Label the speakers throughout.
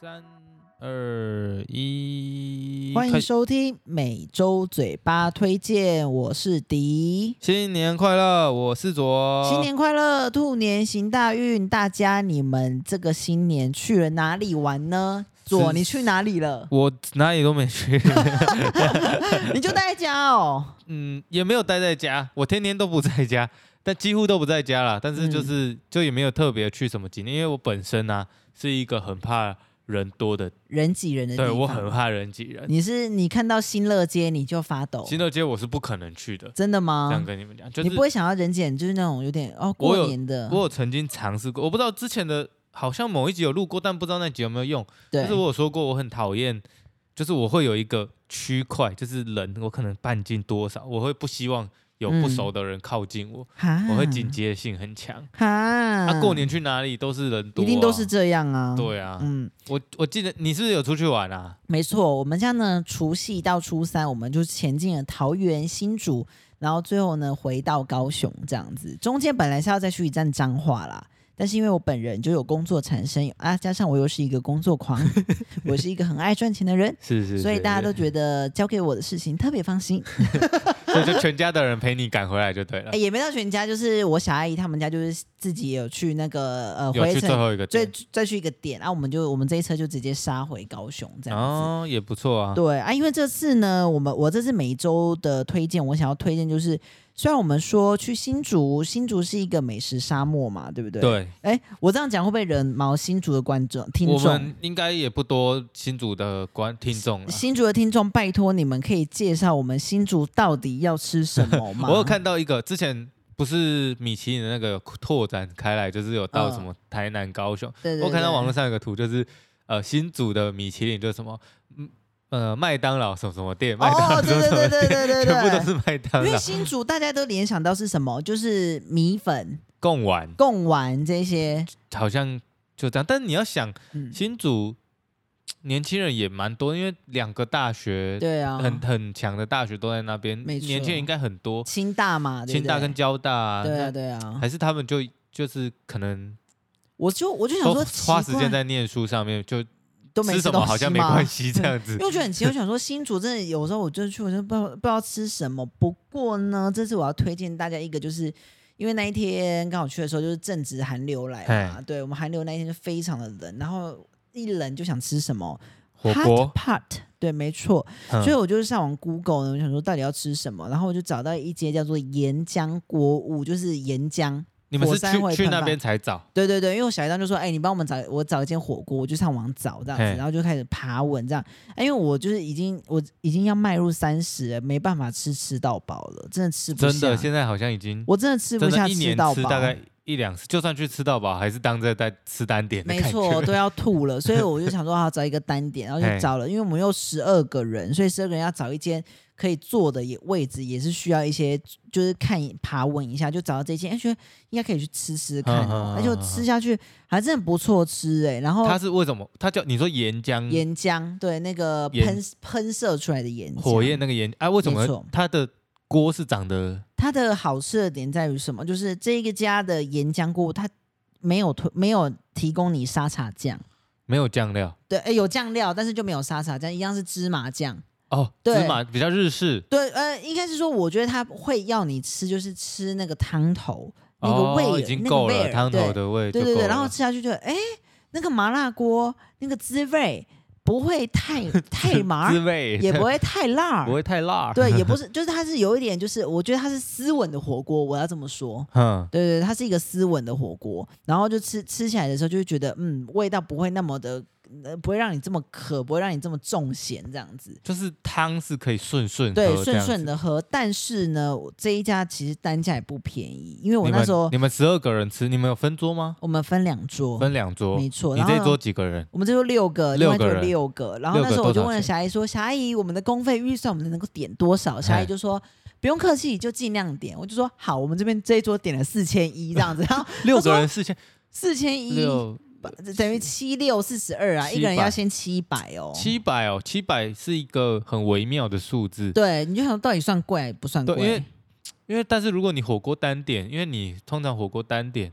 Speaker 1: 三二一，
Speaker 2: 欢
Speaker 1: 开
Speaker 2: 迎收听每周嘴巴推荐，我是迪。
Speaker 1: 新年快乐！我是卓，
Speaker 2: 新年快乐，兔年行大运！大家，你们这个新年去了哪里玩呢？左，
Speaker 1: 是？
Speaker 2: 你去哪里了
Speaker 1: 我哪里都没 去，
Speaker 2: 你就待在家哦。
Speaker 1: 嗯，也没有待在家，我天天都不在家，但几乎都不在家啦。但是
Speaker 2: 嗯
Speaker 1: 就是、就也没有特别去什么景点，因为我本身呢、啊、是一个很怕人多的，
Speaker 2: 人挤人的地
Speaker 1: 对
Speaker 2: 方，
Speaker 1: 我很怕人挤人。
Speaker 2: 你是你看到新乐街你就发抖，
Speaker 1: 新乐街我是不可能去的，
Speaker 2: 真的
Speaker 1: 这样
Speaker 2: 吗？
Speaker 1: 跟你们讲，就
Speaker 2: 啊你
Speaker 1: 是
Speaker 2: 不会想要人挤人，就是那种有点哦
Speaker 1: 我有
Speaker 2: 过年的，
Speaker 1: 我有曾经尝试过，我不知道之前的好像某一集有录过，但不知道那集有没有用。
Speaker 2: 对
Speaker 1: 就是我有说过，我很讨厌，就是我会有一个区块，就是人我可能半径多少，我会不希望有不熟
Speaker 2: 嗯
Speaker 1: 的人靠近我，
Speaker 2: 哈
Speaker 1: 我会警戒性很强。
Speaker 2: 哈。
Speaker 1: 啊，过年去哪里都是人多、啊
Speaker 2: 嗯一定都是。这样啊。
Speaker 1: 对啊，
Speaker 2: 嗯，
Speaker 1: 我我记得你是不是有出去玩啊？
Speaker 2: 没错，我们家呢，除夕到初三，我们就前进了桃园、新竹，然后最后呢回到高雄这样子。中间本来是要再去一站彰化啦，但是因为我本人就有工作产生啊，加上我又是一个工作狂， 我是一个很爱赚钱的人，
Speaker 1: 是是
Speaker 2: 所以大家都觉得交给我的事情特别放心。
Speaker 1: 所以就全家的人陪你赶回来就对了
Speaker 2: 哎、。也没到全家，就是我小阿姨他们家，就是自己也有去那个呃
Speaker 1: 有
Speaker 2: 回
Speaker 1: 去最
Speaker 2: 程，
Speaker 1: 后一个
Speaker 2: 再
Speaker 1: 点，
Speaker 2: 再去一个点，然、啊、后我们就我们这一车就直接杀回高雄这样子。
Speaker 1: 哦，也不错啊。
Speaker 2: 对啊，因为这次呢，我们我这次每周的推荐，我想要推荐就是，虽然我们说去新竹，新竹是一个美食沙漠嘛，对不对？。
Speaker 1: 对，
Speaker 2: 哎，我这样讲会不会惹毛新竹的观众听
Speaker 1: 我
Speaker 2: 众？
Speaker 1: 们应该也不多新组的观听众了。
Speaker 2: 新竹的听众，拜托你们可以介绍我们新竹到底要吃什 么吗？
Speaker 1: 我有看到一个之前不是米其林的那个拓展开来，就是有到
Speaker 2: 嗯
Speaker 1: 什么台南、高雄。
Speaker 2: 对，对对
Speaker 1: 我看到网络上有个图，就是呃新组的米其林就是什么，嗯呃麦当劳什么什么店，麦当劳
Speaker 2: 哦，
Speaker 1: 什
Speaker 2: 对
Speaker 1: 么
Speaker 2: 对
Speaker 1: 什么
Speaker 2: 对对
Speaker 1: 店，
Speaker 2: 对对对，
Speaker 1: 全部都是麦当
Speaker 2: 因为
Speaker 1: 劳、
Speaker 2: 新竹大家都联想到是什么，就是米粉、
Speaker 1: 贡丸，
Speaker 2: 贡丸这些。
Speaker 1: 好像就这样。但你要想
Speaker 2: 嗯，
Speaker 1: 新组年轻人也蛮多，因为两个大学
Speaker 2: 对啊，
Speaker 1: 很很强的大学都在那边，
Speaker 2: 没错
Speaker 1: 年轻人应该很多，
Speaker 2: 清大嘛，对不
Speaker 1: 清大
Speaker 2: 对
Speaker 1: 跟交大、啊，
Speaker 2: 对啊
Speaker 1: 那
Speaker 2: 对啊，
Speaker 1: 还是他们就就是可能
Speaker 2: 我就我就想
Speaker 1: 都
Speaker 2: 说，
Speaker 1: 花时间
Speaker 2: 奇怪
Speaker 1: 在念书上面，就
Speaker 2: 都没
Speaker 1: 吃什
Speaker 2: 东
Speaker 1: 么
Speaker 2: 西
Speaker 1: 好像没
Speaker 2: 吗
Speaker 1: 关系这样子
Speaker 2: 因为。我觉得很奇怪，我想说新竹真的有时候我就去，我就不知道不知道吃什么。不过呢，这次我要推荐大家一个，就是因为那一天刚好去的时候就是正值寒流来嘛，对我们寒流那一天就非常的冷，然后一冷就想吃什么
Speaker 1: 火锅，
Speaker 2: pot，对，没错。
Speaker 1: 嗯
Speaker 2: 所以我就是上网 Google 呢，我想说到底要吃什么，然后我就找到一间叫做岩浆锅屋，就是岩浆。
Speaker 1: 你们是
Speaker 2: 火山
Speaker 1: 去
Speaker 2: 会
Speaker 1: 去
Speaker 2: 喷
Speaker 1: 那
Speaker 2: 吧
Speaker 1: 边才找，
Speaker 2: 对对对，因为我小姨丈就说：“哎、你帮我们找我找一间火锅，我就上网找这样子
Speaker 1: 嘿，
Speaker 2: 然后就开始爬文这样。哎，因为我就是已经我已经要迈入三十了，没办法吃吃到饱了，真的吃不下。
Speaker 1: 真的现在好像已经
Speaker 2: 我真的吃不
Speaker 1: 真
Speaker 2: 下
Speaker 1: 的一
Speaker 2: 吃
Speaker 1: 年
Speaker 2: 到
Speaker 1: 吃
Speaker 2: 饱，
Speaker 1: 大概一两次，就算去吃到饱，还是当在在吃单点的
Speaker 2: 没
Speaker 1: 感觉。
Speaker 2: 错，都要吐了。所以我就想说，好啊找一个单点，然后
Speaker 1: 嘿
Speaker 2: 就找了，因为我们有十二个人，所以十二个人要找一间可以坐的也位置，也是需要一些就是看爬文一下，就找到这间，哎，觉得应该可以去吃吃看哦
Speaker 1: 嗯嗯嗯，
Speaker 2: 而且我吃下去还真的不错吃哎、然后
Speaker 1: 它是为什么？它叫你说岩浆
Speaker 2: 岩浆，对，那个
Speaker 1: 嗯岩
Speaker 2: 喷喷射出来的岩浆。
Speaker 1: 火焰那个岩，哎，为什
Speaker 2: 没
Speaker 1: 么
Speaker 2: 错
Speaker 1: 它的锅是长得
Speaker 2: 它的好吃的点在于什么？就是这一个家的岩浆锅，它没有推没有提供你沙茶酱，
Speaker 1: 没有酱料？
Speaker 2: 对，诶有酱料，但是就没有沙茶酱，一样是芝麻酱。
Speaker 1: 哦，
Speaker 2: 对
Speaker 1: 芝麻比较日式，
Speaker 2: 对，呃，应该是说，我觉得它会要你吃，就是吃那个汤头，那个
Speaker 1: 哦
Speaker 2: 味、
Speaker 1: 已经
Speaker 2: 那
Speaker 1: 够
Speaker 2: 个味
Speaker 1: 了，
Speaker 2: 儿
Speaker 1: 汤头
Speaker 2: 对
Speaker 1: 的味就
Speaker 2: 对对
Speaker 1: 够
Speaker 2: 对，然后
Speaker 1: 了
Speaker 2: 吃。下去就哎，那个麻辣锅那个滋味不会 太太麻
Speaker 1: 滋，味
Speaker 2: 也不会太辣，
Speaker 1: 不会太 辣，
Speaker 2: 对，也不是，就是它是有一点，就是我觉得它是斯文的火锅，我要这么说。
Speaker 1: 嗯，
Speaker 2: 对对，对它是一个斯文的火锅，然后就吃吃起来的时候，就会觉得嗯，味道不会那么的，呃不会让你这么渴，不会让你这么重咸这样子。
Speaker 1: 就是汤是可以顺顺
Speaker 2: 对，
Speaker 1: 喝这
Speaker 2: 顺
Speaker 1: 样
Speaker 2: 顺
Speaker 1: 子。
Speaker 2: 的喝。但是呢，我这一家其实单价也不便宜，因为我
Speaker 1: 你
Speaker 2: 哦那
Speaker 1: 们
Speaker 2: 时候
Speaker 1: 你们十二个人吃，你们有分桌吗？
Speaker 2: 我们分两桌，
Speaker 1: 分两桌，
Speaker 2: 没错。
Speaker 1: 你
Speaker 2: 然
Speaker 1: 这
Speaker 2: 后
Speaker 1: 桌几个人？
Speaker 2: 我们这就六个，
Speaker 1: 六
Speaker 2: 另外
Speaker 1: 个
Speaker 2: 就
Speaker 1: 人
Speaker 2: 六个。然后
Speaker 1: 六
Speaker 2: 那
Speaker 1: 个
Speaker 2: 时候我
Speaker 1: 多
Speaker 2: 就
Speaker 1: 少
Speaker 2: 问了
Speaker 1: 钱
Speaker 2: 小阿姨说：“小阿姨，我们的公费预算我们能够点多少？”小阿
Speaker 1: 哎
Speaker 2: 姨就说：“不用客气，就尽量点。”我就 说：“好，我们这边这一桌点了四千一这样子，然后
Speaker 1: 六个人四千
Speaker 2: 四千一，
Speaker 1: 六
Speaker 2: 百，等于七六四十二啊，一个人要先七百哦。
Speaker 1: 七百哦，七百是一个很微妙的数字。
Speaker 2: 对，你就想到底算贵不算
Speaker 1: 对，因为
Speaker 2: 贵？
Speaker 1: 因为但是如果你火锅单点，因为你通常火锅单点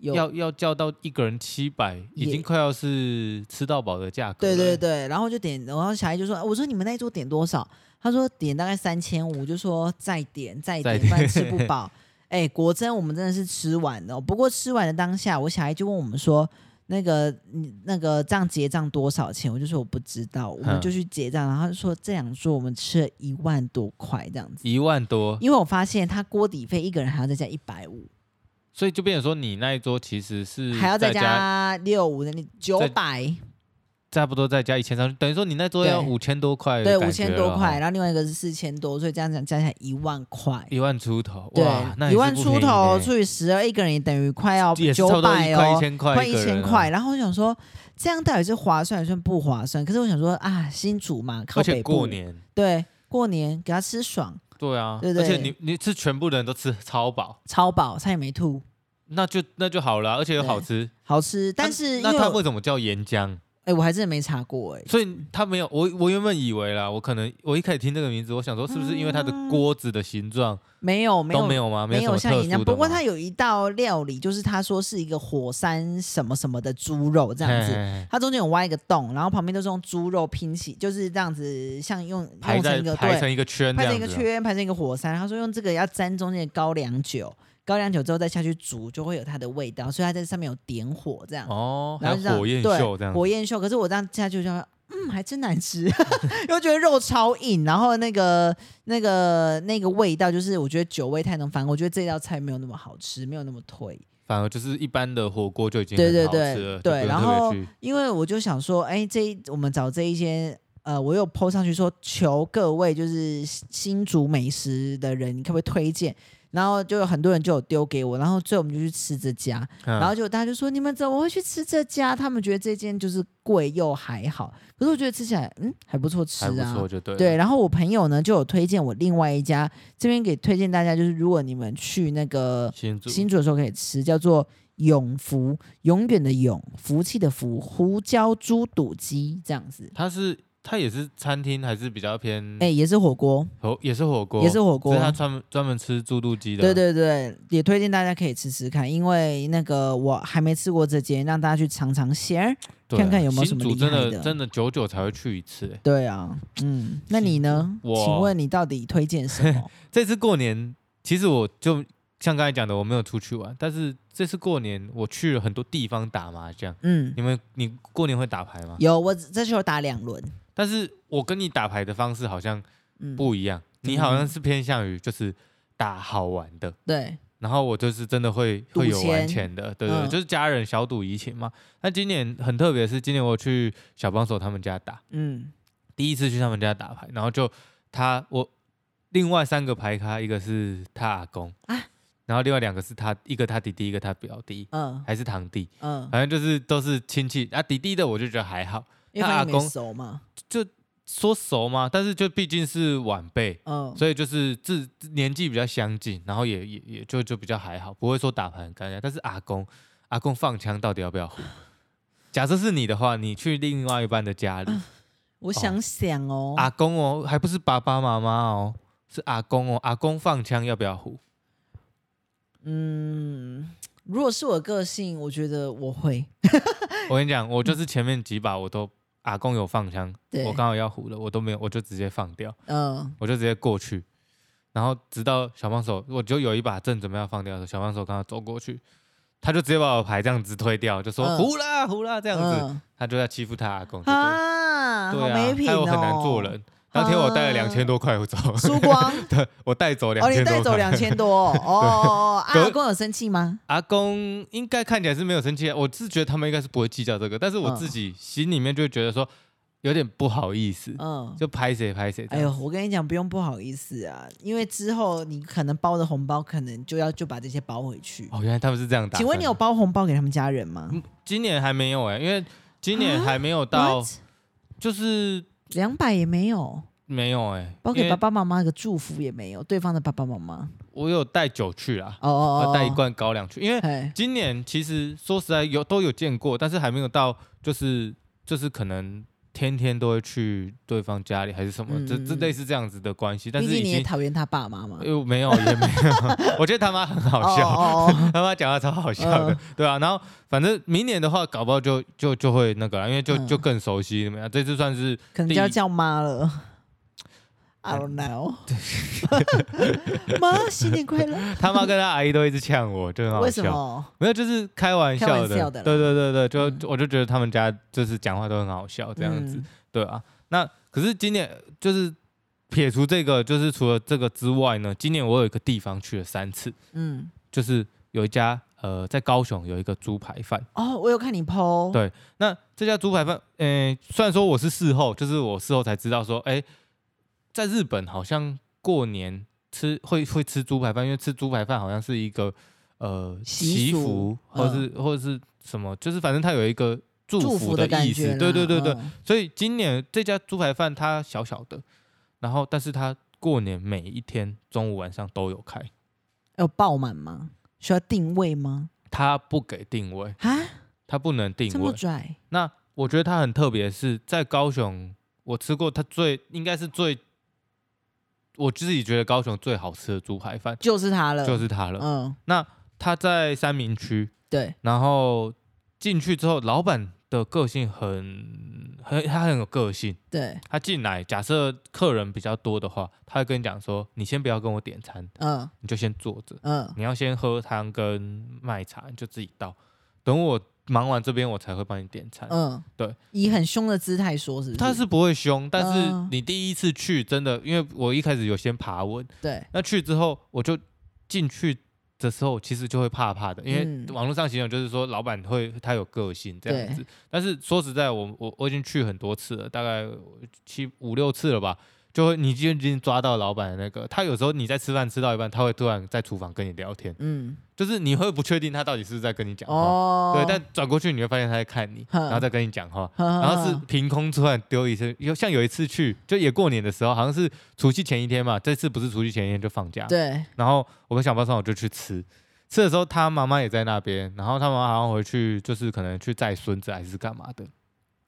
Speaker 2: 有
Speaker 1: 要要叫到一个人七百，已
Speaker 2: 也
Speaker 1: 经快要是吃到饱的价格了。
Speaker 2: 对对对，然后就点，然后小孩就说：“我说你们那一桌点多少？”他说点大概三千五，就说再点再
Speaker 1: 再
Speaker 2: 点，
Speaker 1: 点
Speaker 2: 不然吃不 饱。哎，果真我们真的是吃完了，不过吃完的当下，我小孩就问我们说。那个，你那个这样结账多少钱？我就说我不知道，我们
Speaker 1: 嗯
Speaker 2: 就去结账。然后他就说这两桌我们吃了一万多块这样子，
Speaker 1: 一万多，
Speaker 2: 因为我发现他锅底费一个人还要再加一百五，
Speaker 1: 所以就变成说你那一桌其实是
Speaker 2: 还要嗯再
Speaker 1: 再
Speaker 2: 加六五的九百，
Speaker 1: 差不多再加一千三，等于说你那桌要
Speaker 2: 对
Speaker 1: 五千多块，
Speaker 2: 对，五千
Speaker 1: 哦
Speaker 2: 多块，，然后另外一个是四千多，所以这样讲加起来一万块。
Speaker 1: 一万出头，哇，那
Speaker 2: 对，一万出头
Speaker 1: 出
Speaker 2: 除以十二，一个人也等于快要
Speaker 1: 也是差
Speaker 2: 九
Speaker 1: 不多一
Speaker 2: 百
Speaker 1: 块一
Speaker 2: 哦，
Speaker 1: 千块，
Speaker 2: 快
Speaker 1: 一
Speaker 2: 一
Speaker 1: 个人
Speaker 2: 千
Speaker 1: 啊
Speaker 2: 块。。然后我想说，这样到底是划算还是不划算？可是我想说啊，新竹嘛，靠
Speaker 1: 而
Speaker 2: 北
Speaker 1: 且
Speaker 2: 部，
Speaker 1: 过年，
Speaker 2: 对，过年给他吃爽，
Speaker 1: 对啊，
Speaker 2: 对对
Speaker 1: 而且你你是全部的人都吃超饱，
Speaker 2: 超饱，差点没吐，
Speaker 1: 那就那就好了，而且又
Speaker 2: 对
Speaker 1: 好吃。
Speaker 2: 好吃。但
Speaker 1: 那
Speaker 2: 是因
Speaker 1: 那
Speaker 2: 为
Speaker 1: 它
Speaker 2: 我
Speaker 1: 为什么叫岩浆？
Speaker 2: 哎，我还真的没查过哎，
Speaker 1: 所以它没有我我原本以为啦，我可能我一开始听这个名字，我想说是不是因为它的锅子的形状
Speaker 2: 没有啊没
Speaker 1: 都
Speaker 2: 有
Speaker 1: 没有吗？有
Speaker 2: 没
Speaker 1: 什么
Speaker 2: 像
Speaker 1: 特
Speaker 2: 你那
Speaker 1: 殊
Speaker 2: 样，
Speaker 1: 的
Speaker 2: 不过
Speaker 1: 吗
Speaker 2: 它有一道料理，就是他说是一个火山什么什么的猪肉这样
Speaker 1: 嘿
Speaker 2: 子，
Speaker 1: 嘿嘿
Speaker 2: 它中间有挖一个洞，然后旁边都是用猪肉拼起，就是这样子，像用
Speaker 1: 排
Speaker 2: 弄成
Speaker 1: 在
Speaker 2: 一个
Speaker 1: 排
Speaker 2: 对，
Speaker 1: 成一个圈这
Speaker 2: 拍成
Speaker 1: 样
Speaker 2: 一个
Speaker 1: 子啊，
Speaker 2: 圈，拍成一个火山。他说用这个要沾中间的高粱酒，高粱酒之后再下去煮，就会有它的味道，所以它在上面有点火这样。
Speaker 1: 哦，还
Speaker 2: 然后就
Speaker 1: 有
Speaker 2: 这样
Speaker 1: 火焰
Speaker 2: 对
Speaker 1: 秀这样子，
Speaker 2: 火焰秀。可是我这样下去就说，嗯，还真难吃， 又觉得肉超硬，然后那个那个那个味道，就是我觉得酒味太浓，反正我觉得这道菜没有那么好吃，没有那么推。
Speaker 1: 反而就是一般的火锅就已经
Speaker 2: 对
Speaker 1: 很
Speaker 2: 对
Speaker 1: 好吃
Speaker 2: 对
Speaker 1: 了，
Speaker 2: 对，
Speaker 1: 就不用
Speaker 2: 然
Speaker 1: 特别
Speaker 2: 后
Speaker 1: 去
Speaker 2: 因为我就想说，哎，这一我们找这一些。呃，我有 PO 上去说，求各位就是新竹美食的人，你可不可以推荐？然后就有很多人就有丢给我，然后最后我们就去吃这家，
Speaker 1: 嗯
Speaker 2: 然后就大家就说你们怎么会去吃这家？他们觉得这间就是贵又还好，可是我觉得吃起来嗯还不错吃
Speaker 1: 还不
Speaker 2: 啊
Speaker 1: 错，。就对了
Speaker 2: 对，然后我朋友呢就有推荐我另外一家，这边给推荐大家，就是如果你们去那个
Speaker 1: 新竹
Speaker 2: 新竹的时候可以吃，叫做永福，永远的永，福气的福，胡椒猪肚鸡这样子，
Speaker 1: 它是它也是餐厅，还是比较偏
Speaker 2: 哎、也是火锅，
Speaker 1: 火也是火锅，
Speaker 2: 也是火
Speaker 1: 只
Speaker 2: 锅
Speaker 1: 是，他专门专门吃猪肚鸡的，
Speaker 2: 对对对，也推荐大家可以吃吃看，因为那个我还没吃过这间，让大家去尝尝鲜儿。
Speaker 1: 对啊，
Speaker 2: 看看有没有什么
Speaker 1: 新竹真
Speaker 2: 厉害的
Speaker 1: 的真的久久才会去一次、欸
Speaker 2: 对啊，嗯，那你呢？
Speaker 1: 我
Speaker 2: 请问你到底推荐什么？
Speaker 1: 这次过年其实我就像刚才讲的，我没有出去玩，但是这次过年我去了很多地方打麻将。
Speaker 2: 嗯，
Speaker 1: 你们你过年会打牌吗？
Speaker 2: 有我这球打两轮，
Speaker 1: 但是我跟你打牌的方式好像
Speaker 2: 嗯，
Speaker 1: 不一样，
Speaker 2: 嗯
Speaker 1: 你好像是偏向于就是打好玩的，
Speaker 2: 对，
Speaker 1: 然后我就是真的会
Speaker 2: 赌
Speaker 1: 会有玩
Speaker 2: 钱
Speaker 1: 钱的，对对，
Speaker 2: 嗯
Speaker 1: 就是家人小赌怡情嘛。那今年很特别，是今年我去小帮手他们家打，
Speaker 2: 嗯
Speaker 1: 第一次去他们家打牌，然后就他我另外三个牌咖，一个是他阿公
Speaker 2: 啊
Speaker 1: 然后另外两个是他一个他弟弟，一个他表弟
Speaker 2: 嗯
Speaker 1: 还是堂弟，
Speaker 2: 嗯，
Speaker 1: 反正就是都是亲戚。啊，弟弟的我就觉得还好，
Speaker 2: 因为
Speaker 1: 那
Speaker 2: 反
Speaker 1: 阿
Speaker 2: 正
Speaker 1: 公
Speaker 2: 你们熟嘛，
Speaker 1: 说熟嘛，但是就毕竟是晚辈，
Speaker 2: 嗯，
Speaker 1: 所以就是自年纪比较相近，然后也也也就就比较还好，不会说打牌很尴尬。但是阿公，阿公放枪到底要不 要胡？假设是你的话，你去另外一半的家里，
Speaker 2: 我想想嗯哦，
Speaker 1: 阿公哦，还不是爸爸妈妈哦，是阿公哦，阿公放枪要不要 胡？
Speaker 2: 嗯，如果是我个性，我觉得我会，
Speaker 1: 我跟你讲，我就是前面几把我都阿公有放枪，
Speaker 2: 对
Speaker 1: 我刚好要胡了，我都没有，我就直接放掉，
Speaker 2: 嗯
Speaker 1: 我就直接过去。然后直到小帮手，我就有一把正准备要放掉的时候，小帮手刚好走过去，他就直接把我牌这样子推掉，就说
Speaker 2: 嗯
Speaker 1: 胡啦胡啦这样子，
Speaker 2: 嗯
Speaker 1: 他就在欺负他阿公，对对
Speaker 2: 啊，好
Speaker 1: 对
Speaker 2: 没
Speaker 1: 啊，
Speaker 2: 品
Speaker 1: 害
Speaker 2: 哦，
Speaker 1: 我很难做，人。当天我带了
Speaker 2: 啊
Speaker 1: 两千多块我走，
Speaker 2: 输 光
Speaker 1: 对我带走两
Speaker 2: 哦，你
Speaker 1: 千多块，
Speaker 2: 带走两千多 哦哦哦，哦啊
Speaker 1: 隔
Speaker 2: 阿公有生气 吗？
Speaker 1: 阿公应该看起来是没有生气啊，我是觉得他们应该是不会计较这个，但是我
Speaker 2: 嗯
Speaker 1: 自己心里面就会觉得说有点不好意思，
Speaker 2: 嗯，
Speaker 1: 就拍谁拍谁。
Speaker 2: 哎呦，，我跟你讲，不用不好意思啊，因为之后你可能包的红包，可能就要就把这些包回去。
Speaker 1: 哦，原来他们是这样打。
Speaker 2: 请问你有？包红包给他们家人吗？
Speaker 1: 今年还没欸
Speaker 2: 啊
Speaker 1: 有哎、因为今年还没有到，就是
Speaker 2: 两百也没有，
Speaker 1: 没有哎、
Speaker 2: 包
Speaker 1: 因
Speaker 2: 给
Speaker 1: 为
Speaker 2: 爸爸妈妈个祝福也没有，对方的爸爸妈妈。
Speaker 1: 我有带酒去啦，
Speaker 2: 哦哦
Speaker 1: 我
Speaker 2: 哦，
Speaker 1: 带一罐高粱去，因为
Speaker 2: 哎，
Speaker 1: 今年其实说实在有都有见过，但是还没有到就是就是可能天天都会去对方家里还是什么，
Speaker 2: 嗯
Speaker 1: 这
Speaker 2: 嗯
Speaker 1: 这
Speaker 2: 嗯
Speaker 1: 类似这样子的关系，但
Speaker 2: 毕
Speaker 1: 是
Speaker 2: 竟
Speaker 1: 已
Speaker 2: 你也
Speaker 1: 经。
Speaker 2: 讨厌他爸妈嘛。
Speaker 1: 又没有也没有，我觉得他妈很好笑，
Speaker 2: 哦哦
Speaker 1: 他妈讲话超好笑的，
Speaker 2: 嗯
Speaker 1: 对啊。然后反正明年的话，搞不好就就就会那个了，因为就、
Speaker 2: 嗯
Speaker 1: 就更熟悉怎么样？这次算是
Speaker 2: 哦可能就要叫妈了。I
Speaker 1: 哎
Speaker 2: don't know。妈，新年 快乐！
Speaker 1: 他妈跟他阿姨都一直呛我，就很好
Speaker 2: 为什
Speaker 1: 笑。
Speaker 2: 么？
Speaker 1: 没有，就是开玩
Speaker 2: 开
Speaker 1: 笑
Speaker 2: 玩
Speaker 1: 的，
Speaker 2: 笑的啦
Speaker 1: 对对对对，就、我就觉得他们家就是讲话都很好笑这样子，
Speaker 2: 嗯
Speaker 1: 对啊。那可是今年就是撇除这个，就是除了这个之外呢，今年我有一个地方去了三次，
Speaker 2: 嗯，
Speaker 1: 就是有一家呃在高雄有一个猪排饭。
Speaker 2: 哦，我有看你 PO。
Speaker 1: 对那这家猪排饭，诶、虽然说我是事后，就是我事后才知道说，诶、在日本好像过年吃会会吃猪排饭，因为吃猪排饭好像是一个呃
Speaker 2: 习
Speaker 1: 祈
Speaker 2: 俗
Speaker 1: 福，或
Speaker 2: 嗯
Speaker 1: 是、或是什么，就是反正它有一个祝
Speaker 2: 祝
Speaker 1: 福
Speaker 2: 福的感
Speaker 1: 意思
Speaker 2: 觉。啦。
Speaker 1: 对对对对，
Speaker 2: 嗯
Speaker 1: 所以今年这家猪排饭它小小的，然后但是它过年每一天中午晚上都有开，
Speaker 2: 有爆满吗？需要定位吗？
Speaker 1: 它不给定位，
Speaker 2: 啊，
Speaker 1: 它不能定
Speaker 2: 这
Speaker 1: 位
Speaker 2: 么。拽？
Speaker 1: 那我觉得它很特别，是在高雄我吃过它最应该是最，我自己觉得高雄最好吃的猪排饭
Speaker 2: 就是他了。
Speaker 1: 就是它了。
Speaker 2: 嗯，
Speaker 1: 它在三明区，
Speaker 2: 对，
Speaker 1: 然后进去之后，老板的个性很很他很有个性。
Speaker 2: 对，
Speaker 1: 他进来，假设客人比较多的话，他会跟你讲说：“你先不要跟我点餐，
Speaker 2: 嗯
Speaker 1: 你就先坐着，
Speaker 2: 嗯，
Speaker 1: 你要先喝汤跟卖茶，你就自己倒。等我忙完这边，我才会帮你点餐。”
Speaker 2: 嗯，
Speaker 1: 对，
Speaker 2: 以很凶的姿态说，是不是？
Speaker 1: 他是不会凶，但是
Speaker 2: 嗯
Speaker 1: 你第一次去真的，因为我一开始有先爬文，
Speaker 2: 对，
Speaker 1: 那去之后我就进去的时候，其实就会怕怕的，因
Speaker 2: 嗯
Speaker 1: 为网络上形容就是说老板会他有个性这样子。但是说实在，我我我已经去很多次了，大概七五六次了吧。就会你就已经抓到老板的那个，他有时候你在吃饭吃到一半，他会突然在厨房跟你聊天，
Speaker 2: 嗯，
Speaker 1: 就是你会不确定他到底是不是在跟你讲话，
Speaker 2: 哦，
Speaker 1: 对，但转过去你会发现他在看你，
Speaker 2: 哼
Speaker 1: 然后再跟你讲话，
Speaker 2: 呵呵
Speaker 1: 然后是
Speaker 2: 呵
Speaker 1: 凭空突然丢一次，有像有一次去，就也过年的时候，好像是除夕前一天嘛，这次不是除夕前一天就放假，
Speaker 2: 对，
Speaker 1: 然后我跟小包上我就去吃，吃的时候他妈妈也在那边，然后他妈妈好像回去就是可能去载孙子还是干嘛的，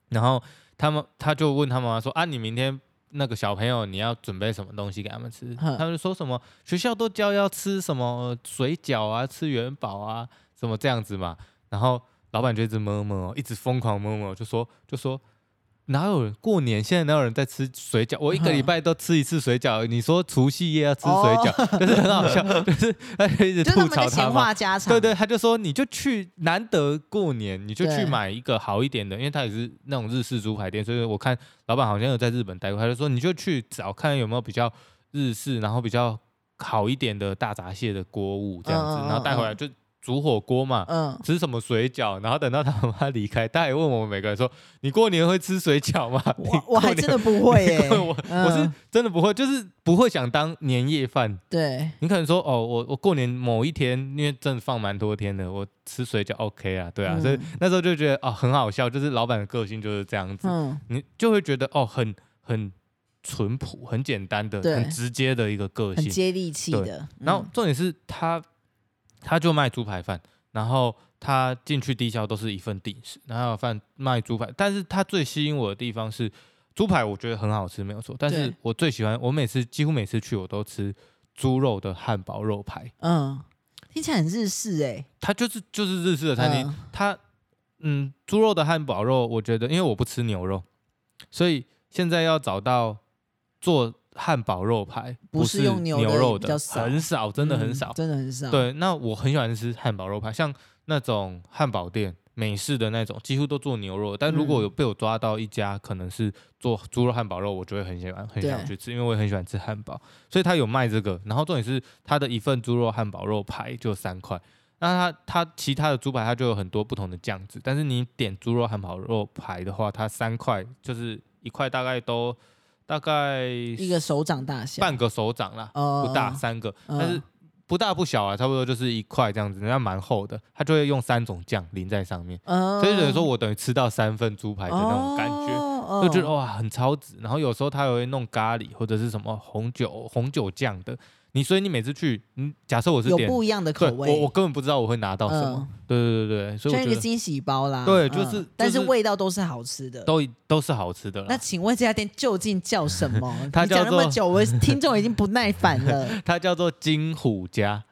Speaker 1: 然后他们他就问他妈妈说啊，你明天。那个小朋友，你要准备什么东西给他们吃？
Speaker 2: 哼
Speaker 1: 他们就说什么学校都教要吃什么水饺啊，吃元宝啊，什么这样子嘛。然后老板就一直摸摸，一直疯狂摸摸，就说就说哪有人过年现在哪有人在吃水饺？我一个礼
Speaker 2: 哼
Speaker 1: 拜都吃一次水饺，你说除夕夜要吃水饺， 就是很好笑， 就是他就一直
Speaker 2: 哦就是他
Speaker 1: 吐
Speaker 2: 们
Speaker 1: 槽
Speaker 2: 的
Speaker 1: 他
Speaker 2: 闲
Speaker 1: 嘛。
Speaker 2: 话家常。
Speaker 1: 对对，他就说你就去难得过年，你就去
Speaker 2: 对
Speaker 1: 买一个好一点的，因为他也是那种日式猪排店，所以我看老板好像有在日本待过，他就说你就去找看有没有比较日式，然后比较好一点的大闸蟹的锅物这样子，
Speaker 2: 嗯嗯
Speaker 1: 然后带回来
Speaker 2: 嗯
Speaker 1: 就煮火锅嘛，
Speaker 2: 嗯，
Speaker 1: 吃什么水饺，然后等到他妈妈离开，他也问我们每个人说：“你过年会吃水饺吗？”你
Speaker 2: 我我还
Speaker 1: 过年
Speaker 2: 真的不 会耶，
Speaker 1: 过我、
Speaker 2: 嗯
Speaker 1: 我是真的不会，就是不会想当年夜饭。
Speaker 2: 对，
Speaker 1: 你可能说哦，我我过年某一天，因为真的放蛮多天的，我吃水饺 OK 啊，对啊，
Speaker 2: 嗯
Speaker 1: 所以那时候就觉得哦很好笑，就是老板的个性就是这样子，
Speaker 2: 嗯，
Speaker 1: 你就会觉得哦很很淳朴、很简单的、
Speaker 2: 对
Speaker 1: 很直接的一个个
Speaker 2: 很
Speaker 1: 性。
Speaker 2: 接地气
Speaker 1: 对
Speaker 2: 的。
Speaker 1: 然后
Speaker 2: 嗯
Speaker 1: 重点是他，他就卖猪排饭，然后他进去低消都是一份定时，然后饭卖猪排，但是他最吸引我的地方是猪排，我觉得很好吃，没有错。但是
Speaker 2: 对
Speaker 1: 我最喜欢，我每次几乎每次去我都吃猪肉的汉堡肉排，
Speaker 2: 嗯，听起来很日式哎，
Speaker 1: 它就是就是日式的餐厅，
Speaker 2: 嗯
Speaker 1: 它嗯猪肉的汉堡肉，我觉得因为我不吃牛肉，所以现在要找到做汉堡肉排
Speaker 2: 不是用牛
Speaker 1: 牛
Speaker 2: 的
Speaker 1: 肉
Speaker 2: 比较少
Speaker 1: 很少，真的很
Speaker 2: 嗯
Speaker 1: 少。
Speaker 2: 真的很少。，
Speaker 1: 对，那我很喜欢吃汉堡肉排，像那种汉堡店美式的那种，几乎都做牛肉。但如果
Speaker 2: 嗯
Speaker 1: 有被我抓到一家可能是做猪肉汉堡肉，我就会很喜欢，很想
Speaker 2: 对
Speaker 1: 去吃，因为我也很喜欢吃汉堡，所以他有卖这个。然后重点是他的一份猪肉汉堡肉排就三块。那它它其他的猪排它就有很多不同的酱汁，但是你点猪肉汉堡肉排的话，它三块就是一块大概都大概
Speaker 2: 一个手掌大小，
Speaker 1: 半个手掌啦，
Speaker 2: 呃
Speaker 1: 不大，三个，
Speaker 2: 嗯
Speaker 1: 但是不大不小啊，差不多就是一块这样子，人家蛮厚的，它就会用三种酱淋在上面，
Speaker 2: 呃
Speaker 1: 所以等于说我等于吃到三份猪排的那种感觉，
Speaker 2: 哦哦
Speaker 1: 就觉得哇很超值。然后有时候他也会弄咖喱或者是什么红酒红酒酱的，你所以你每次去，你假设我是
Speaker 2: 有
Speaker 1: 点，
Speaker 2: 不一样的
Speaker 1: 对
Speaker 2: 口味，嗯
Speaker 1: 我我根本不知道我会拿到什么，对对对对，所以
Speaker 2: 就
Speaker 1: 我
Speaker 2: 一
Speaker 1: 觉
Speaker 2: 个
Speaker 1: 得
Speaker 2: 惊喜包啦。
Speaker 1: 对
Speaker 2: 嗯
Speaker 1: 就是
Speaker 2: 但是
Speaker 1: 就是
Speaker 2: 味道都是好吃的。
Speaker 1: 都都是好吃的啦
Speaker 2: 那。请问这家店究竟叫什么
Speaker 1: ？它
Speaker 2: 你讲
Speaker 1: 叫
Speaker 2: 那
Speaker 1: 做
Speaker 2: 么久，我听众已经不耐烦了。
Speaker 1: 它叫做金虎家，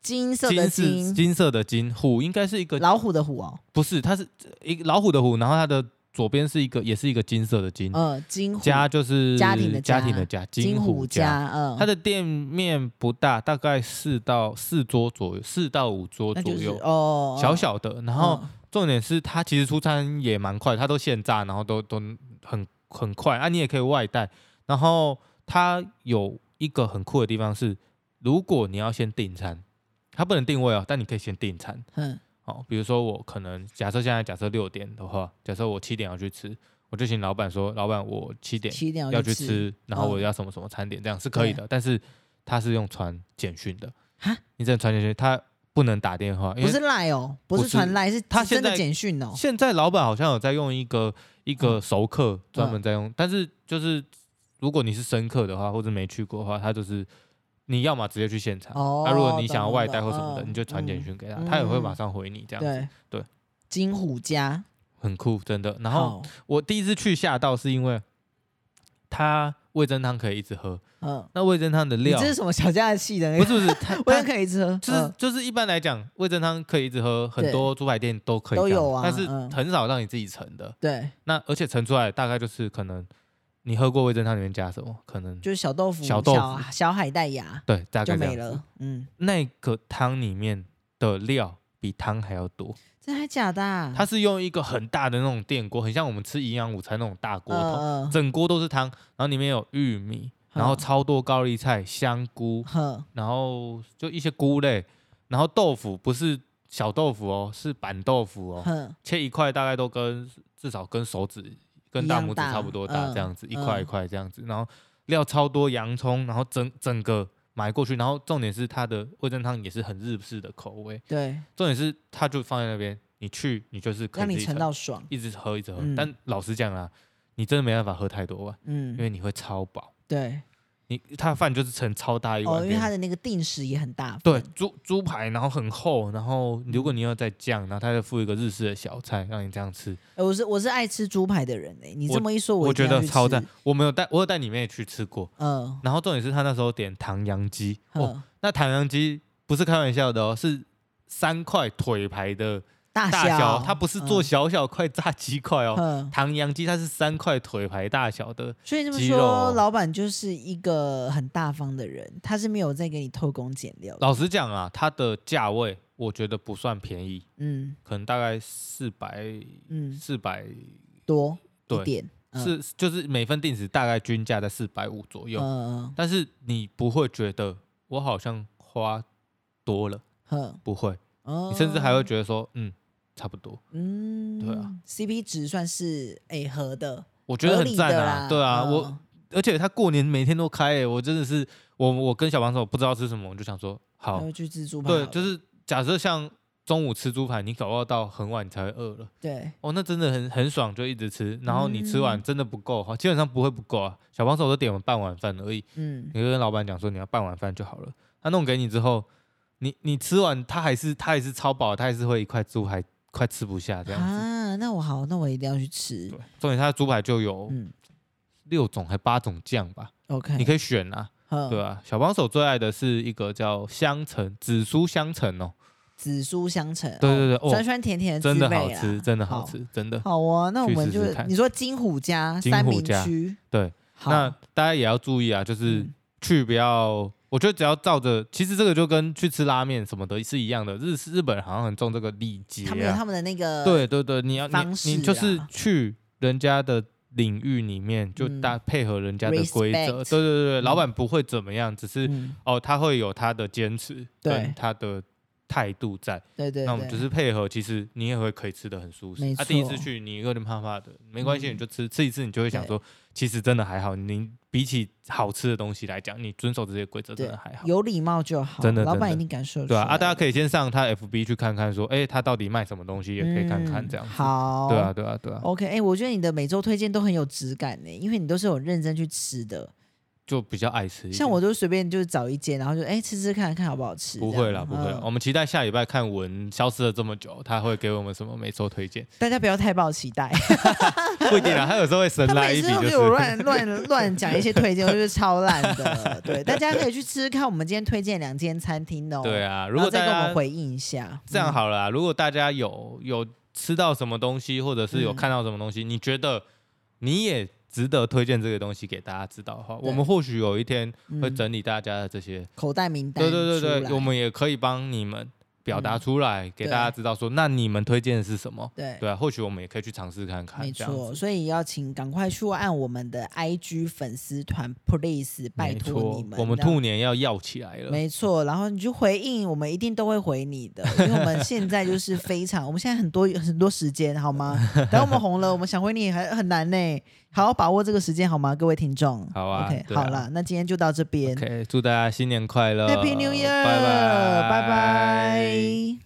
Speaker 2: 金色的
Speaker 1: 金是
Speaker 2: 金，
Speaker 1: 金色的金，虎应该是一个
Speaker 2: 老虎的虎哦，
Speaker 1: 不是，它是一个老虎的虎，然后它的左边是一个也是一个金色的金，
Speaker 2: 呃，金虎
Speaker 1: 家就是
Speaker 2: 家庭的
Speaker 1: 家
Speaker 2: 家
Speaker 1: 庭的家，
Speaker 2: 金
Speaker 1: 虎
Speaker 2: 虎。家，嗯，
Speaker 1: 它的店面不大，大概四到四桌左右，四到五桌
Speaker 2: 那
Speaker 1: 左
Speaker 2: 就是
Speaker 1: 右，
Speaker 2: 哦，
Speaker 1: 小小的。然后
Speaker 2: 嗯
Speaker 1: 重点是它其实出餐也蛮快，它都现炸，然后都都很很快啊，你也可以外带。然后它有一个很酷的地方是，如果你要先订餐，它不能定位哦，但你可以先订餐。
Speaker 2: 嗯
Speaker 1: 哦，比如说我可能假设现在假设六点的话，假设我七点要去吃，我就请老板说，老板我七点
Speaker 2: 七点
Speaker 1: 要去
Speaker 2: 去嗯
Speaker 1: 吃，然后我要什么什么餐点，这样是可以的。但是他是用传简讯的
Speaker 2: 哈，
Speaker 1: 你只能传简讯，他不能打电话，因
Speaker 2: 不是
Speaker 1: 为
Speaker 2: 赖哦，不
Speaker 1: 不
Speaker 2: 是
Speaker 1: 是
Speaker 2: 传赖，是
Speaker 1: 他
Speaker 2: 是真
Speaker 1: 现在
Speaker 2: 的简讯哦，
Speaker 1: 现在老板好像有在用一个一个熟客专
Speaker 2: 嗯
Speaker 1: 门在用，但是就是如果你是深客的话，或者没去过的话，他就是。你要么直接去现场，那、啊
Speaker 2: 哦
Speaker 1: 如果你想要
Speaker 2: 懂
Speaker 1: 外
Speaker 2: 懂
Speaker 1: 带或什么的，
Speaker 2: 嗯
Speaker 1: 你就传简
Speaker 2: 嗯
Speaker 1: 讯给他，
Speaker 2: 嗯
Speaker 1: 他也会
Speaker 2: 嗯
Speaker 1: 马上回你，这样子
Speaker 2: 对
Speaker 1: 对，
Speaker 2: 金虎家，
Speaker 1: 很酷，真的。然后
Speaker 2: 好，
Speaker 1: 我第一次去吓到是因为它味噌汤可以一直喝，
Speaker 2: 嗯，
Speaker 1: 那味噌汤的
Speaker 2: 你
Speaker 1: 料
Speaker 2: 这是什么小家的戏的那
Speaker 1: 不
Speaker 2: 个？
Speaker 1: 是不是，它
Speaker 2: 我也
Speaker 1: 它
Speaker 2: 可以吃，
Speaker 1: 就是、
Speaker 2: 嗯
Speaker 1: 就是一般来讲，味噌汤可以一直喝，很
Speaker 2: 对
Speaker 1: 多猪排店都可以
Speaker 2: 都
Speaker 1: 这样
Speaker 2: 有啊
Speaker 1: 但是
Speaker 2: 嗯
Speaker 1: 很少让你自己盛的。
Speaker 2: 对，
Speaker 1: 那而且盛出来大概就是可能你喝过味噌汤里面加什么，可能
Speaker 2: 就是小豆腐、
Speaker 1: 小豆腐
Speaker 2: 小小海带芽
Speaker 1: 对，大
Speaker 2: 就
Speaker 1: 概这
Speaker 2: 没
Speaker 1: 样子。
Speaker 2: 了，嗯，
Speaker 1: 那个汤里面的料比汤还要多，
Speaker 2: 真还假的啊？
Speaker 1: 它是用一个很大的那种电锅，很像我们吃营养午餐那种大锅头。
Speaker 2: 呃，
Speaker 1: 整锅都是汤，然后里面有玉米，
Speaker 2: 嗯
Speaker 1: 然后超多高丽菜、香菇，
Speaker 2: 呵，
Speaker 1: 然后就一些菇类，然后豆腐不是小豆腐哦，是板豆腐哦，
Speaker 2: 哼，
Speaker 1: 切一块大概都跟至少跟手指跟大拇指
Speaker 2: 一样大
Speaker 1: 差不多大，
Speaker 2: 嗯
Speaker 1: 这样子一
Speaker 2: 嗯
Speaker 1: 块一块这样子，然后料超多洋葱，然后整整个买过去，然后重点是它的味噌汤也是很日式的口味，
Speaker 2: 对，
Speaker 1: 重点是它就放在那边，你去你就是可以
Speaker 2: 让你
Speaker 1: 自己
Speaker 2: 尝
Speaker 1: 盛
Speaker 2: 到爽，
Speaker 1: 一直喝一直喝，
Speaker 2: 嗯
Speaker 1: 但老实讲啦，你真的没办法喝太多碗。因
Speaker 2: 嗯，
Speaker 1: 为你会超饱。
Speaker 2: 对，
Speaker 1: 你他的饭就是盛超大一碗
Speaker 2: 哦，
Speaker 1: 给
Speaker 2: 因
Speaker 1: 你，
Speaker 2: 为它的那个定时也很大，
Speaker 1: 对，猪猪排，然后很厚，然后如果你要再酱，然后他再附一个日式的小菜让你这样吃，
Speaker 2: 哎我是我是爱吃猪排的人哎，你
Speaker 1: 我
Speaker 2: 这么一说，
Speaker 1: 我
Speaker 2: 一定
Speaker 1: 觉
Speaker 2: 要
Speaker 1: 得
Speaker 2: 去
Speaker 1: 超
Speaker 2: 吃
Speaker 1: 赞，。哦我没有带，我有带你妹去吃过。
Speaker 2: 嗯，
Speaker 1: 然后重点是他那时候点唐扬鸡，哦，
Speaker 2: 呵
Speaker 1: 那唐扬鸡不是开玩笑的哦，是三块腿排的
Speaker 2: 大
Speaker 1: 大小，
Speaker 2: 小，
Speaker 1: 它不是做
Speaker 2: 嗯
Speaker 1: 小小块炸鸡块哦，
Speaker 2: 嗯
Speaker 1: 唐扬鸡它是三块腿排大小的，
Speaker 2: 所以这么
Speaker 1: 鸡肉
Speaker 2: 说，老板就是一个很大方的人，他是没有在给你偷工减料的。
Speaker 1: 老实讲啊，它的价位我觉得不算便宜，
Speaker 2: 嗯
Speaker 1: 可能大概四百
Speaker 2: 嗯，
Speaker 1: 四百
Speaker 2: 多
Speaker 1: 对
Speaker 2: 一点嗯
Speaker 1: 是就是每份定时大概均价在四百五左右，
Speaker 2: 嗯
Speaker 1: 但是你不会觉得我好像花多了，
Speaker 2: 哼，
Speaker 1: 不会，
Speaker 2: 哦
Speaker 1: 你甚至还会觉得说嗯差不多，
Speaker 2: 嗯，
Speaker 1: 对啊
Speaker 2: ，CP 值算是哎合的，
Speaker 1: 我觉得
Speaker 2: 合
Speaker 1: 很
Speaker 2: 理
Speaker 1: 赞
Speaker 2: 的
Speaker 1: 啊，
Speaker 2: 啦
Speaker 1: 对啊，
Speaker 2: 嗯
Speaker 1: 我而且他过年每天都开、欸，我真的是我我跟小帮手不知道吃什么，我就想说
Speaker 2: 还
Speaker 1: 好，
Speaker 2: 会去吃猪哎排好
Speaker 1: 对
Speaker 2: 了，，
Speaker 1: 就是假设像中午吃猪排，你搞不好到很晚你才会饿了。
Speaker 2: 对，
Speaker 1: 哦，那真的很很爽，就一直吃。然后你吃完
Speaker 2: 嗯
Speaker 1: 真的不够，哈，基本上不会不够啊。小帮手都点了半碗饭而已，
Speaker 2: 嗯，
Speaker 1: 你就跟老板讲说你要半碗饭就好了。他弄给你之后，你你吃完，他还是他还是超饱，他还是会一块猪排快吃不下这样子。
Speaker 2: 啊，那我好，那我一定要去吃
Speaker 1: 对，，重点他的猪排就有
Speaker 2: 嗯
Speaker 1: 六种还八种酱吧，
Speaker 2: ，OK，
Speaker 1: 你可以选啊，
Speaker 2: 呵
Speaker 1: 对啊。小帮手最爱的是一个叫香橙紫苏香橙哦，
Speaker 2: 紫苏香橙，
Speaker 1: 对对对
Speaker 2: 哦
Speaker 1: 哦
Speaker 2: 酸酸甜甜
Speaker 1: 真
Speaker 2: 滋
Speaker 1: 的好
Speaker 2: 味啊
Speaker 1: 吃，真的好。吃，真的。
Speaker 2: 好啊，那我
Speaker 1: 去
Speaker 2: 们
Speaker 1: 试
Speaker 2: 就
Speaker 1: 试
Speaker 2: 是
Speaker 1: 看
Speaker 2: 你说金虎家
Speaker 1: 金
Speaker 2: 三
Speaker 1: 虎
Speaker 2: 明
Speaker 1: 家
Speaker 2: 区，
Speaker 1: 对，
Speaker 2: 好，
Speaker 1: 那大家也要注意啊，就是
Speaker 2: 嗯
Speaker 1: 去不要，我觉得只要照着，其实这个就跟去吃拉面什么的是一样的。日日本好像很重这个礼节
Speaker 2: 他们有
Speaker 1: 啊，
Speaker 2: 他们的那个
Speaker 1: 对对对，你要
Speaker 2: 方
Speaker 1: 你
Speaker 2: 式
Speaker 1: 你就是
Speaker 2: 啊嗯
Speaker 1: 去人家的领域里面就搭配合人家的规则，
Speaker 2: Respect
Speaker 1: 对对对，对
Speaker 2: 嗯
Speaker 1: 老板不会怎么样，只是
Speaker 2: 嗯
Speaker 1: 哦他会有他的坚持，
Speaker 2: 对
Speaker 1: 跟他的态度在，
Speaker 2: 对对
Speaker 1: 那我们
Speaker 2: 对，
Speaker 1: 只是配合，其实你也会可以吃的很舒适
Speaker 2: 没。
Speaker 1: 啊，第一
Speaker 2: 错
Speaker 1: 次去你有点怕怕的，没关系，
Speaker 2: 嗯
Speaker 1: 你就吃吃一次，你就会想
Speaker 2: 对
Speaker 1: 说，其实真的还好。你比起好吃的东西来讲，你遵守这些规则真的还好。
Speaker 2: 有礼貌就好，
Speaker 1: 真的
Speaker 2: 老
Speaker 1: 真
Speaker 2: 板一
Speaker 1: 的
Speaker 2: 定感受
Speaker 1: 对啊，
Speaker 2: 出
Speaker 1: 啊，
Speaker 2: 来
Speaker 1: 大家可以先上他 FB 去看看，说，哎，他到底卖什么东西，也可以看看
Speaker 2: 嗯
Speaker 1: 这样子。
Speaker 2: 好，
Speaker 1: 对啊，对啊，对啊，
Speaker 2: OK，哎、我觉得你的每周推荐都很有质感呢，因为你都是有认真去吃的。
Speaker 1: 就比较爱吃一点。
Speaker 2: 像我都随便就是找一间，然后就哎、吃吃看看好不好吃。
Speaker 1: 不
Speaker 2: 这样嗯
Speaker 1: 会啦，不会啦。哦我们期待下礼拜看文消失了这么久，他会给我们什么每周推荐？
Speaker 2: 大家不要太抱期待，
Speaker 1: 不一定啊啦，他有时候会神
Speaker 2: 他
Speaker 1: 来
Speaker 2: 每
Speaker 1: 一笔，
Speaker 2: 次都
Speaker 1: 就
Speaker 2: 给我
Speaker 1: 是
Speaker 2: 乱乱乱讲一些推荐，我觉得超烂的。对，大家可以去吃吃看我们今天推荐两间餐厅哦。
Speaker 1: 对
Speaker 2: 啊，
Speaker 1: 啊。如果
Speaker 2: 再
Speaker 1: 大
Speaker 2: 跟我
Speaker 1: 家
Speaker 2: 们回应一下，
Speaker 1: 这样
Speaker 2: 嗯、
Speaker 1: 好了啊啦，如果大家有有吃到什么东西，或者是有
Speaker 2: 嗯
Speaker 1: 看到什么东西，你觉得你也值得推荐这个东西给大家知道的话，
Speaker 2: 对
Speaker 1: 我们或许有一天会
Speaker 2: 嗯
Speaker 1: 整理大家的这些，
Speaker 2: 口袋名单
Speaker 1: 对
Speaker 2: 嗯出来。
Speaker 1: 对对对，我们也可以帮你们表达
Speaker 2: 嗯
Speaker 1: 出来，给大家知道说，那你们推荐的是什么？
Speaker 2: 对
Speaker 1: 对啊，或许我们也可以去尝试看看，
Speaker 2: 没
Speaker 1: 这样
Speaker 2: 错，
Speaker 1: 子
Speaker 2: 所以要请赶快去按我们的 IG 粉丝团，please 拜
Speaker 1: 没
Speaker 2: 托
Speaker 1: 错
Speaker 2: 你们。
Speaker 1: 我们
Speaker 2: 这样
Speaker 1: 兔年要要起来了，
Speaker 2: 没错，然后你就回应，我们一定都会回你的，因为我们现在就是非常，我们现在很多很多时间，好吗？等我们红了，我们想回你还很难呢，好好把握这个时间，好吗？各位听众，
Speaker 1: 好啊
Speaker 2: ，OK，
Speaker 1: 对啊
Speaker 2: 好了，那今天就到这边
Speaker 1: OK，祝大家新年快乐
Speaker 2: ，Happy New Year，
Speaker 1: 拜拜，
Speaker 2: 拜拜。